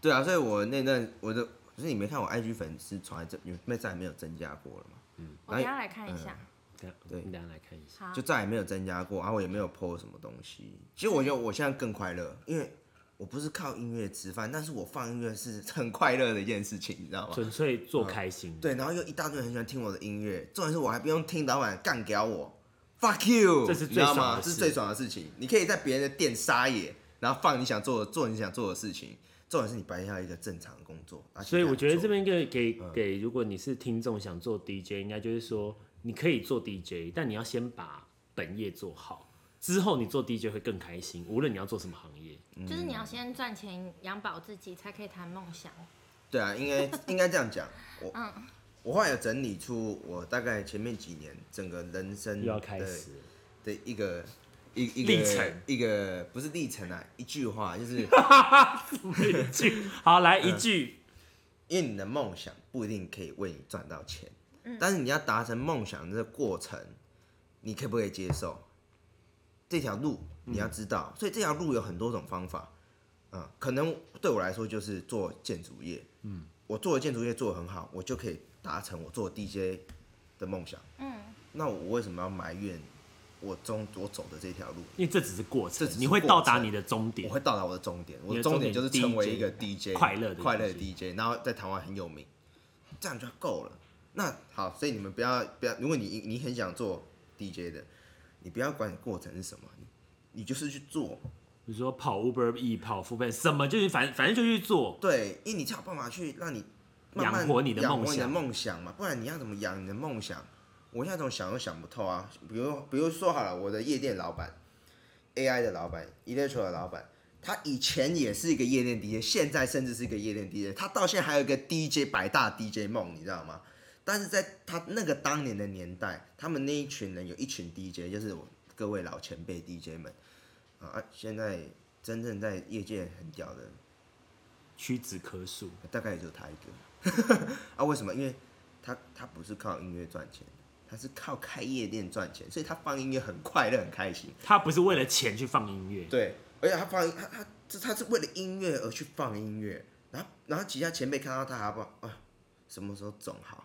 S1: 对啊，所以我那段我的，可是你没看我 IG 粉丝从来这没再也没有增加过了嘛，
S2: 我等一下来看一下。
S3: 等下
S1: 对
S3: 你等下来看一下。
S2: 好，
S1: 哎嗯就再也没有增加过，然、后我也没有 PO 什么东西。其实我
S3: 嗯
S1: 觉得我现在更快乐，因为我不是靠音乐吃饭，但是我放音乐是很快乐的一件事情，你知道吗？
S3: 纯粹做开心，
S1: 嗯对，然后又一大堆人很喜欢听我的音乐，重点是我还不用听老板干掉我，fuck you，
S3: 这是最
S1: 你知道吗
S3: 爽的？
S1: 这是
S3: 事
S1: 最爽的事情，你可以在别人的店撒野，然后放你想做的，做你想做的事情。重点是你白天要一个正常的工作，而且
S3: 所以
S1: 还
S3: 我
S1: 不
S3: 觉得
S1: 错
S3: 这边给给给，如果你是听众想做 DJ，应该就是说你可以做 DJ，但你要先把本业做好，之后你做 DJ 会更开心，无论你要做什么行业。
S2: 就是
S1: 嗯
S2: 你要先赚钱养饱自己，才可以谈梦想。
S1: 对啊，应该应该这样讲。我、我后来有整理出我大概前面几年整个人生
S3: 又要开
S1: 的
S3: 始了， *laughs*
S1: 的一个一一个
S3: 历程
S1: 一个不是历程啊，一句话就是
S3: *laughs* 一句好来一
S1: 嗯
S3: 句，
S1: 因为你的梦想不一定可以为你赚到钱，但是你要达成梦想的过程，你可不可以接受？这条路你要知道，所以这条路有很多种方法。嗯，可能对我来说就是做建筑业，嗯，我做的建筑业做得很好，我就可以达成我做 DJ 的梦想。嗯，那我为什么要埋怨我中我走的这条路？
S3: 因为这只是过
S1: 这
S3: 程
S1: 只，是
S3: 你会
S1: 过
S3: 到达
S1: 程
S3: 你的终点
S1: 我会。到达我的终点，我
S3: 你
S1: 的
S3: 的终
S1: 终点
S3: 点
S1: 就是
S3: DJ
S1: 成为一个 DJ
S3: 快乐的
S1: 快乐的
S3: DJ
S1: DJ，然后在台湾很有名，这样就够了。那好，所以你们不要不要，如果你你很想做 DJ 的，你不要管你过程是什么，你你就是去做，
S3: 比如说跑 Uber E、跑 f o o p a 什么就是反反正就去做。
S1: 对，因为你才有办法去让你慢慢
S3: 养活你的
S1: 养
S3: 梦
S1: 活你的
S3: 想
S1: 梦想嘛，不然你要怎么养你的梦想？我现在怎么想都想不透啊。比如，比如说好了，我的夜店老板，AI 的老板，Electro 的老板，他以前也是一个夜店 DJ，现在甚至是一个夜店 DJ，他到现在还有一个 DJ 百大 DJ 梦，你知道吗？但是在他那个当年的年代，他们那一群人有一群 DJ，就是我各位老前辈 DJ 们啊，现在真正在业界很屌的，
S3: 屈指可数，
S1: 大概也就他一个。 *laughs* 啊，为什么？因为他他不是靠音乐赚钱，他是靠开夜店赚钱，所以他放音乐很快乐，很开心。
S3: 他不是为了钱去放音乐，
S1: 对，而且他放他他这他是为了音乐而去放音乐，然后然后其他前辈看到他还不啊，什么时候总好？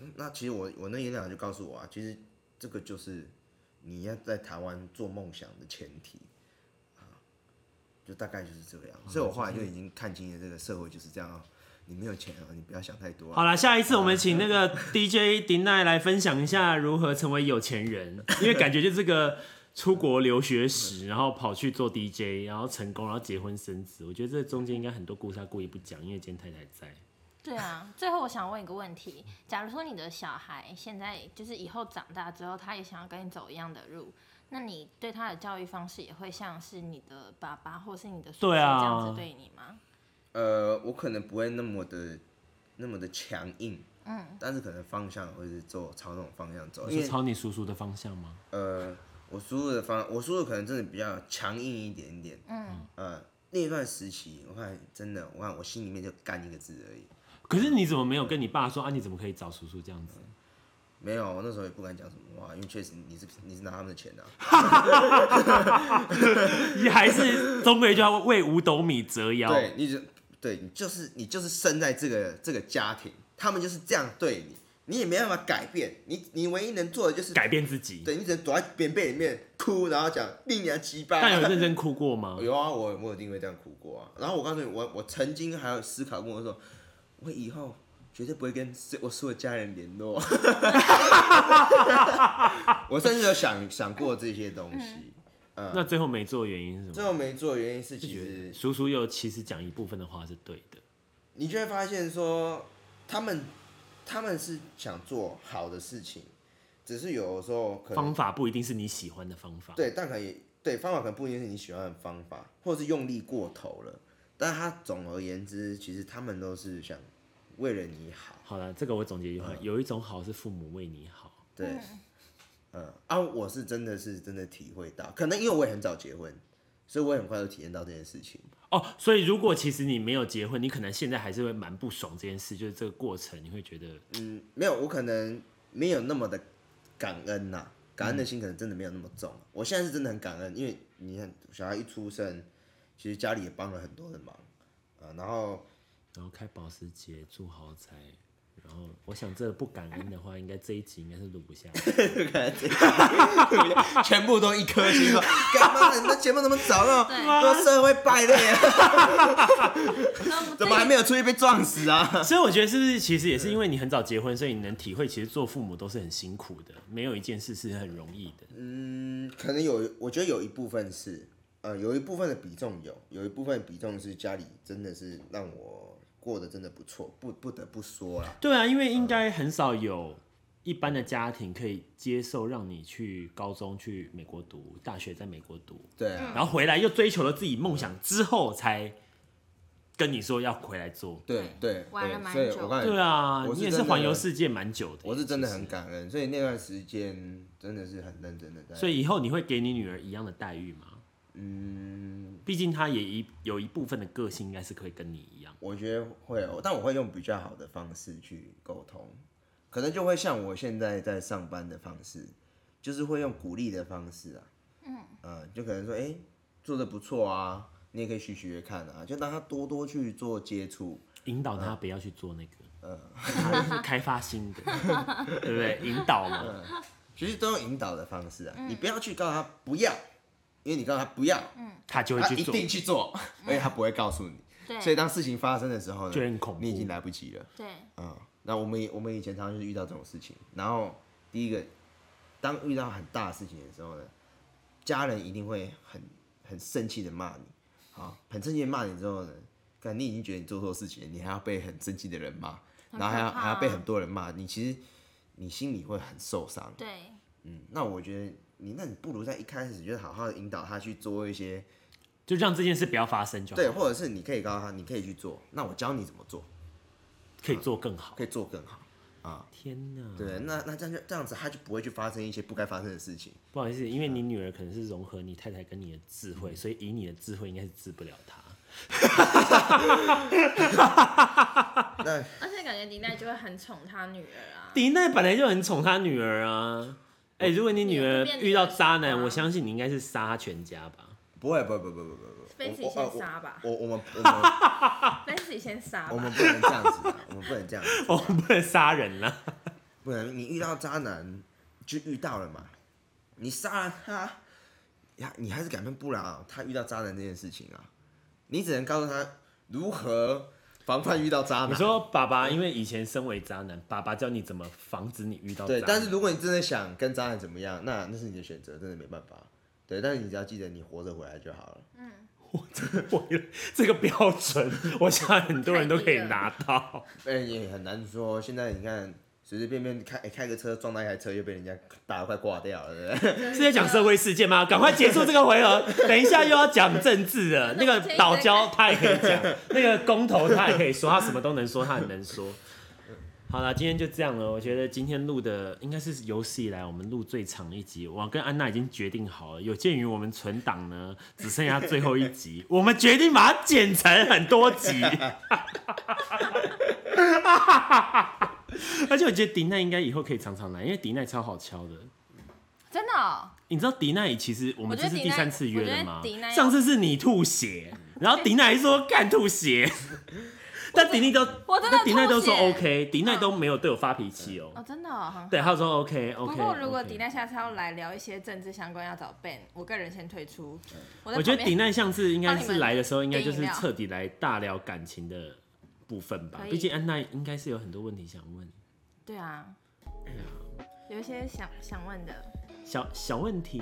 S1: 嗯那其实我我那演讲就告诉我啊，其实这个就是你要在台湾做梦想的前提啊，就大概就是这个样。所以我后来就已经看清了这个社会就是这样、啊，你没有钱啊，你不要想太多、
S3: 好
S1: 啊。
S3: 啦，下一次我们请那个 DJ 迪奈来分享一下如何成为有
S1: *laughs*
S3: 钱人，因为感觉就是个出国留学史，然后跑去做 DJ，然后成功，然后结婚生子。我觉得这中间应该很多故事他故意不讲，因为今天太太在。
S2: 对啊，最后我想问一个问题：假如说你的小孩现在就是以后长大之后，他也想要跟你走一样的路，那你对他的教育方式也会像是你的爸爸或是你的叔叔这
S3: 对啊
S2: 样子对你吗？
S1: 呃，我可能不会那么的那么的强硬，嗯，但是可能方向会是做朝那种方向走，因
S3: 你
S1: 为
S3: 是朝你叔叔的方向吗？
S1: 呃，我输入的方，我输入可能真的比较强硬一点点。嗯，呃，那一段时期，我看真的，我看我心里面就干一个字而已。
S3: 可是你怎么没有跟你爸说啊？你怎么可以找叔叔这样子？
S1: 没有，我那时候也不敢讲什么话，因为确实你是你是拿他们的钱的、啊。
S3: 你 *laughs* 还是终归就要为五斗米折腰。
S1: 对，你就对你就是你就是生在这个这个家庭，他们就是这样对你，你也没办法改变，你你唯一能做的就是
S3: 改变自己。
S1: 对你只能躲在棉被里面哭，然后讲令娘鸡巴。
S3: 但有认真哭
S1: *laughs*
S3: 过吗？
S1: 有啊，我我有定位这样哭过啊。然后我告诉你，我我曾经还有思考过说，我以后绝对不会跟所我所有家人联络。 *laughs* 我甚至有想想过这些东西，
S3: 那最后没做的原因是什
S1: 最
S3: 么？
S1: 后没做的原因嗯是，其
S3: 觉
S1: 实
S3: 得叔叔有其实讲一部分的话是对的，
S1: 你就会发现说，他们他们是想做好的事情，只是有的时候可能
S3: 方法不一定是你喜欢的方法。
S1: 对，但可以对方法可能不一定是你喜欢的方法，或者是用力过头了。但他总而言之，其实他们都是想为了你好，
S3: 好了，这个我总结一句
S1: 嗯
S3: 话：有一种好是父母为你好。
S1: 对，嗯啊，我是真的是真的体会到，可能因为我也很早结婚，所以我也很快就体验到这件事情。
S3: 哦，所以如果其实你没有结婚，你可能现在还是会蛮不爽这件事，就是这个过程，你会觉得
S1: 嗯，没有，我可能没有那么的感恩呐、感恩的心可能真的没有那么重。我现在是真的很感恩，因为你看小孩一出生，其实家里也帮了很多的忙，啊，然后
S3: 然后开保时捷住豪宅，然后我想这不感恩的话，应该这一集应该是录不下来。
S1: 全部都一颗星 *laughs* 嘛，干嘛？你们节目怎么找到 *laughs*
S2: 对
S3: 啊
S1: 都社会败类啊？ *laughs*
S2: 嗯
S1: 怎么还没
S2: 有？
S1: 有出去被撞死
S3: *laughs*
S1: 啊？
S3: 所以我觉得是不是其实也是因为你很早结婚，所以你能体会其实做父母都是很辛苦的，没有一件事是很容易的。
S1: 嗯，可能有，我觉得有一部分是，呃，有一部分的比重有，有一部分比重是家里真的是让我过得真的不错，不不得不说啦。
S3: 对啊，因为应该很少有一般的家庭可以接受让你去高中去美国读，大学在美国读，
S1: 对啊，
S3: 然后回来又追求了自己梦想之后，才跟你说要回来做。
S1: 对对
S2: 玩了
S1: 对，
S2: 蛮
S1: 所以
S2: 久
S1: 我刚才
S3: 对啊，
S1: 我
S3: 你也
S1: 真
S3: 是
S1: 的
S3: 环游世界蛮久的。
S1: 我是真的很感恩，所以那段时间真的是很认真的在。
S3: 所以以后你会给你女儿一样的待遇吗？
S1: 嗯，
S3: 毕竟她也一有一部分的个性应该是可以跟你一样。
S1: 我觉得会哦，但我会用比较好的方式去沟通，可能就会像我现在在上班的方式，就是会用鼓励的方式啊，嗯，呃，就可能说，哎、做的不错啊，你也可以学学看啊，就让他多多去做接触，
S3: 引导
S1: 嗯
S3: 她不要去做那个，呃，是开发新的， *laughs* 对不对？引导
S1: 嗯
S3: 嘛，
S1: 其实都用引导的方式啊，你不要去告诉他不要，因为你告诉他不要，
S3: 她就
S1: 他啊
S3: 会
S1: 一
S3: 去做。
S1: 定去 *laughs* 做，而且他不嗯会告诉你，
S2: 对
S1: 所以当事情发生的时候呢，
S3: 就很恐怖
S1: 你已经来不及了。
S2: 对，
S1: 嗯，那我们也我们以前常常就是遇到这种事情，然后第一个，当遇到很大的事情的时候呢，家人一定会很很生气的骂你，好，很生气的骂你之后呢，看你已经觉得你做错事情了，你还要被很生气的人骂，
S2: 很
S1: 然后还要
S2: 可怕哦
S1: 还要被很多人骂，你其实你心里会很受伤。
S2: 对，
S1: 嗯，那我觉得你那你不如在一开始就好好的引导他去做一些，
S3: 就让这件事不要发生就好，
S1: 对，或者是你可以告诉他你可以去做，那我教你怎么做，
S3: 可以做更好
S1: 可。以做更好。
S3: 天哪！
S1: 对，
S2: 嗯
S1: 那那这样就这样子，他就不会去发生一些不该发生的事情。
S3: 不好意思，因为你女儿可能是融合你太太跟你的智
S1: 嗯
S3: 慧，所以以你的智慧应该是治不了她。
S1: 那
S2: 而且感觉迪奈就会很宠他女儿啊。
S3: 迪奈本来就很宠她女儿啊。哎、如果你女儿啊遇到渣男，我相信你应该是杀她全家
S1: *laughs*
S3: 吧。
S1: 不会，不会，不会，不会，不会，不
S2: 菲
S1: 会
S2: 茨先杀吧
S1: 我我我我们我们
S2: 但是先杀
S1: 我
S2: 吧
S1: 们，不能这样子啊，我们不能这样子，
S3: 我们不能杀人了。
S1: 不能你遇到渣男就遇到了嘛，你杀了他，呀，你还是改变不了他遇到渣男这件事情啊，你只能告诉他如何防范遇到渣
S3: *laughs* 你
S1: 男。
S3: 说爸爸，因为以前身为渣男，爸爸教你怎么防止你遇到渣
S1: 对，
S3: 男。
S1: 但是如果你真的想跟渣男怎么样，那那是你的选择，真的没办法。对，但是你只要记得你活着回来就好了。
S3: 我有这个标准，我想很多人都可以拿到。
S1: 哎、也很难说。现在你看，随随便便开、哎开个车撞到一台车，又被人家打得快挂掉了，对不 *laughs* 对？
S3: 是在讲社会事件吗？赶快结束这个回合，等一下又要讲政治了。那个岛礁他也可以讲，那个公投他也可以说，他什么都能说，他很能说。好了，今天就这样了。我觉得今天录的应该是有史以来我们录最长的一集。我跟安娜已经决定好了，有鉴于我们存档呢只剩下最后一集，我们决定把它剪成很多集。 *laughs* 而且我觉得迪奈应该以后可以常常来，因为迪奈超好敲的。
S2: 真的哦。
S3: 你知道迪奈其实我们这是第三次约了吗
S2: *laughs* 我觉得迪奈我觉得迪奈？ *laughs*
S3: 上次是你吐血，然后迪奈还说干吐血，但迪奈都，
S2: 我真的
S3: 但迪奈都说
S2: 吐血嗯
S3: OK，迪奈都没有对我发脾气哦。
S2: 哦，真的哦、很好。
S3: 对，他说 OK OK。
S2: 不过如果迪，奈下次要来聊一些政治相关，要找 Ben，我个人先退出。我在
S3: 我觉得
S2: 旁
S3: 迪
S2: 边
S3: 奈上次应该
S2: 帮你
S3: 是
S2: 们
S3: 来的时候，应该就是
S2: 点饮料
S3: 彻底来大聊感情的部分吧
S2: 可。以
S3: 毕竟安娜应该是有很多问题想问。
S2: 对啊，有一些想想问的，
S3: 小小问题，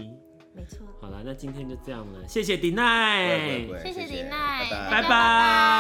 S2: 没错。
S3: 好了，那今天就这样了，谢谢迪奈，
S1: 不会不会
S2: 谢谢
S1: 谢
S2: 迪奈
S1: 拜拜
S3: 拜
S2: 大家拜
S3: 拜。